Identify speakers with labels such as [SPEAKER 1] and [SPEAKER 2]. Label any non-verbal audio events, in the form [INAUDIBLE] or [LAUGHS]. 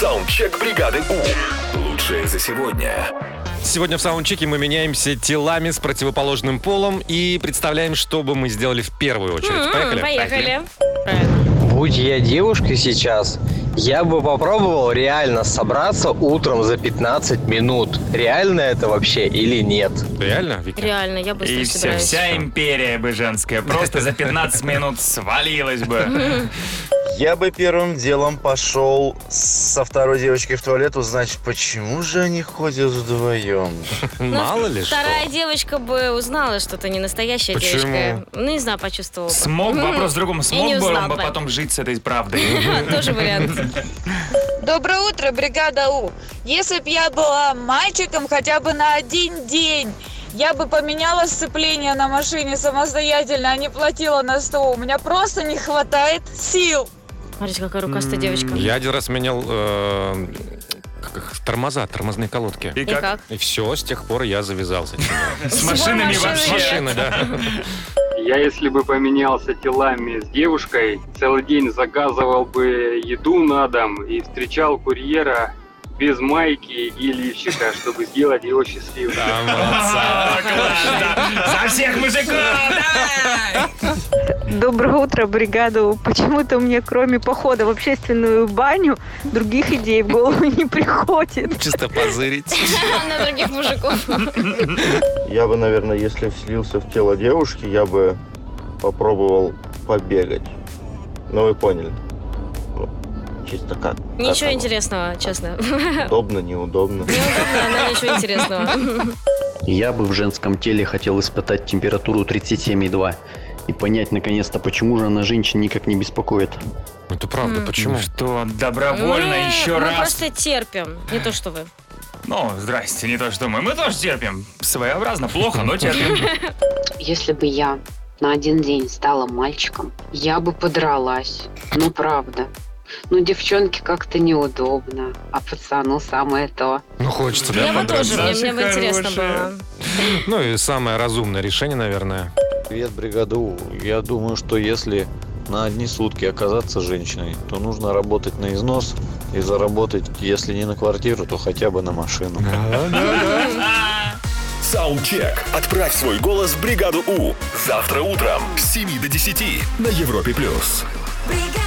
[SPEAKER 1] Саундчек бригады У. Лучшее за сегодня.
[SPEAKER 2] Сегодня в саундчеке мы меняемся телами с противоположным полом и представляем, что бы мы сделали в первую очередь.
[SPEAKER 3] М-м,
[SPEAKER 2] Поехали?
[SPEAKER 3] Поехали. Правильно.
[SPEAKER 4] Будь я девушкой сейчас, я бы попробовал реально собраться утром за 15 минут. Реально это вообще или нет?
[SPEAKER 2] Реально, Вики?
[SPEAKER 3] Реально, я быстро
[SPEAKER 5] И все,
[SPEAKER 3] собираюсь.
[SPEAKER 5] вся империя бы женская просто за 15 минут свалилась бы.
[SPEAKER 6] Я бы первым делом пошел со второй девочкой в туалет узнать, почему же они ходят вдвоем.
[SPEAKER 2] Мало ли что.
[SPEAKER 3] Ну, Вторая девочка бы узнала, что ты не настоящая
[SPEAKER 2] Почему?
[SPEAKER 3] девочка. Ну, не знаю, почувствовала бы.
[SPEAKER 5] Смог бы, вопрос в другом,
[SPEAKER 3] не
[SPEAKER 5] смог бы
[SPEAKER 3] узнал
[SPEAKER 5] он бы
[SPEAKER 3] бы.
[SPEAKER 5] потом жить с этой правдой.
[SPEAKER 3] Тоже вариант.
[SPEAKER 7] Доброе утро, бригада У. Если б я была мальчиком хотя бы на один день, я бы поменяла сцепление на машине самостоятельно, а не платила на СТО. У меня просто не хватает сил.
[SPEAKER 3] Смотрите, какая рукастая девочка.
[SPEAKER 2] Я один раз менял э, как- тормоза, тормозные колодки.
[SPEAKER 5] И
[SPEAKER 3] И как? [LAUGHS]
[SPEAKER 5] как?
[SPEAKER 2] И все, с тех пор я завязался.
[SPEAKER 5] С
[SPEAKER 3] Всего
[SPEAKER 5] машинами
[SPEAKER 3] [LAUGHS] машины
[SPEAKER 5] вообще.
[SPEAKER 2] Машины, да.
[SPEAKER 3] [LAUGHS]
[SPEAKER 8] Я, если бы поменялся телами с девушкой, целый день заказывал бы еду на дом и встречал курьера без майки и лифчика, чтобы сделать его счастливым.
[SPEAKER 2] Да, молодца.
[SPEAKER 5] А, класс, да. За всех мужиков! давай!
[SPEAKER 9] Доброе утро, бригаду. Почему-то мне, кроме похода в общественную баню, других идей в голову [LAUGHS] не приходит.
[SPEAKER 2] Чисто позырить.
[SPEAKER 3] На
[SPEAKER 2] [LAUGHS]
[SPEAKER 3] других мужиков.
[SPEAKER 6] Я бы, наверное, если вселился в тело девушки, я бы попробовал побегать. Ну, вы поняли. Ну, Чисто как. как
[SPEAKER 3] Ничего
[SPEAKER 6] оно.
[SPEAKER 3] интересного, честно.
[SPEAKER 6] Удобно, неудобно.
[SPEAKER 3] Неудобно, но ничего интересного.
[SPEAKER 10] Я бы в женском теле хотел испытать температуру 37,2 и понять наконец-то, почему же она женщин никак не беспокоит.
[SPEAKER 2] Это правда, почему?
[SPEAKER 5] Ну что, добровольно
[SPEAKER 3] Ну, Мы-
[SPEAKER 5] еще
[SPEAKER 3] Мы
[SPEAKER 5] раз.
[SPEAKER 3] просто терпим. Не то, что вы.
[SPEAKER 5] Ну, здрасте, не то что мы. Мы тоже терпим. Своеобразно, плохо, но терпим.
[SPEAKER 11] Если бы я на один день стала мальчиком, я бы подралась. Ну, правда. Ну, девчонке как-то неудобно, а пацану самое то.
[SPEAKER 2] Ну, хочется,
[SPEAKER 3] Я
[SPEAKER 2] да?
[SPEAKER 3] бы тоже, мне- мне бы
[SPEAKER 5] Наши
[SPEAKER 3] интересно
[SPEAKER 5] хорошие.
[SPEAKER 3] было.
[SPEAKER 2] Ну, и самое разумное решение, наверное.
[SPEAKER 4] Привет, бригаду. Я думаю, что если на одни сутки оказаться женщиной, то нужно работать на износ и заработать, если не на квартиру, то хотя бы на машину.
[SPEAKER 1] Саундчек. Отправь свой голос в бригаду У. Завтра утром с 7 до 10 на Европе+. плюс.
[SPEAKER 7] Бригада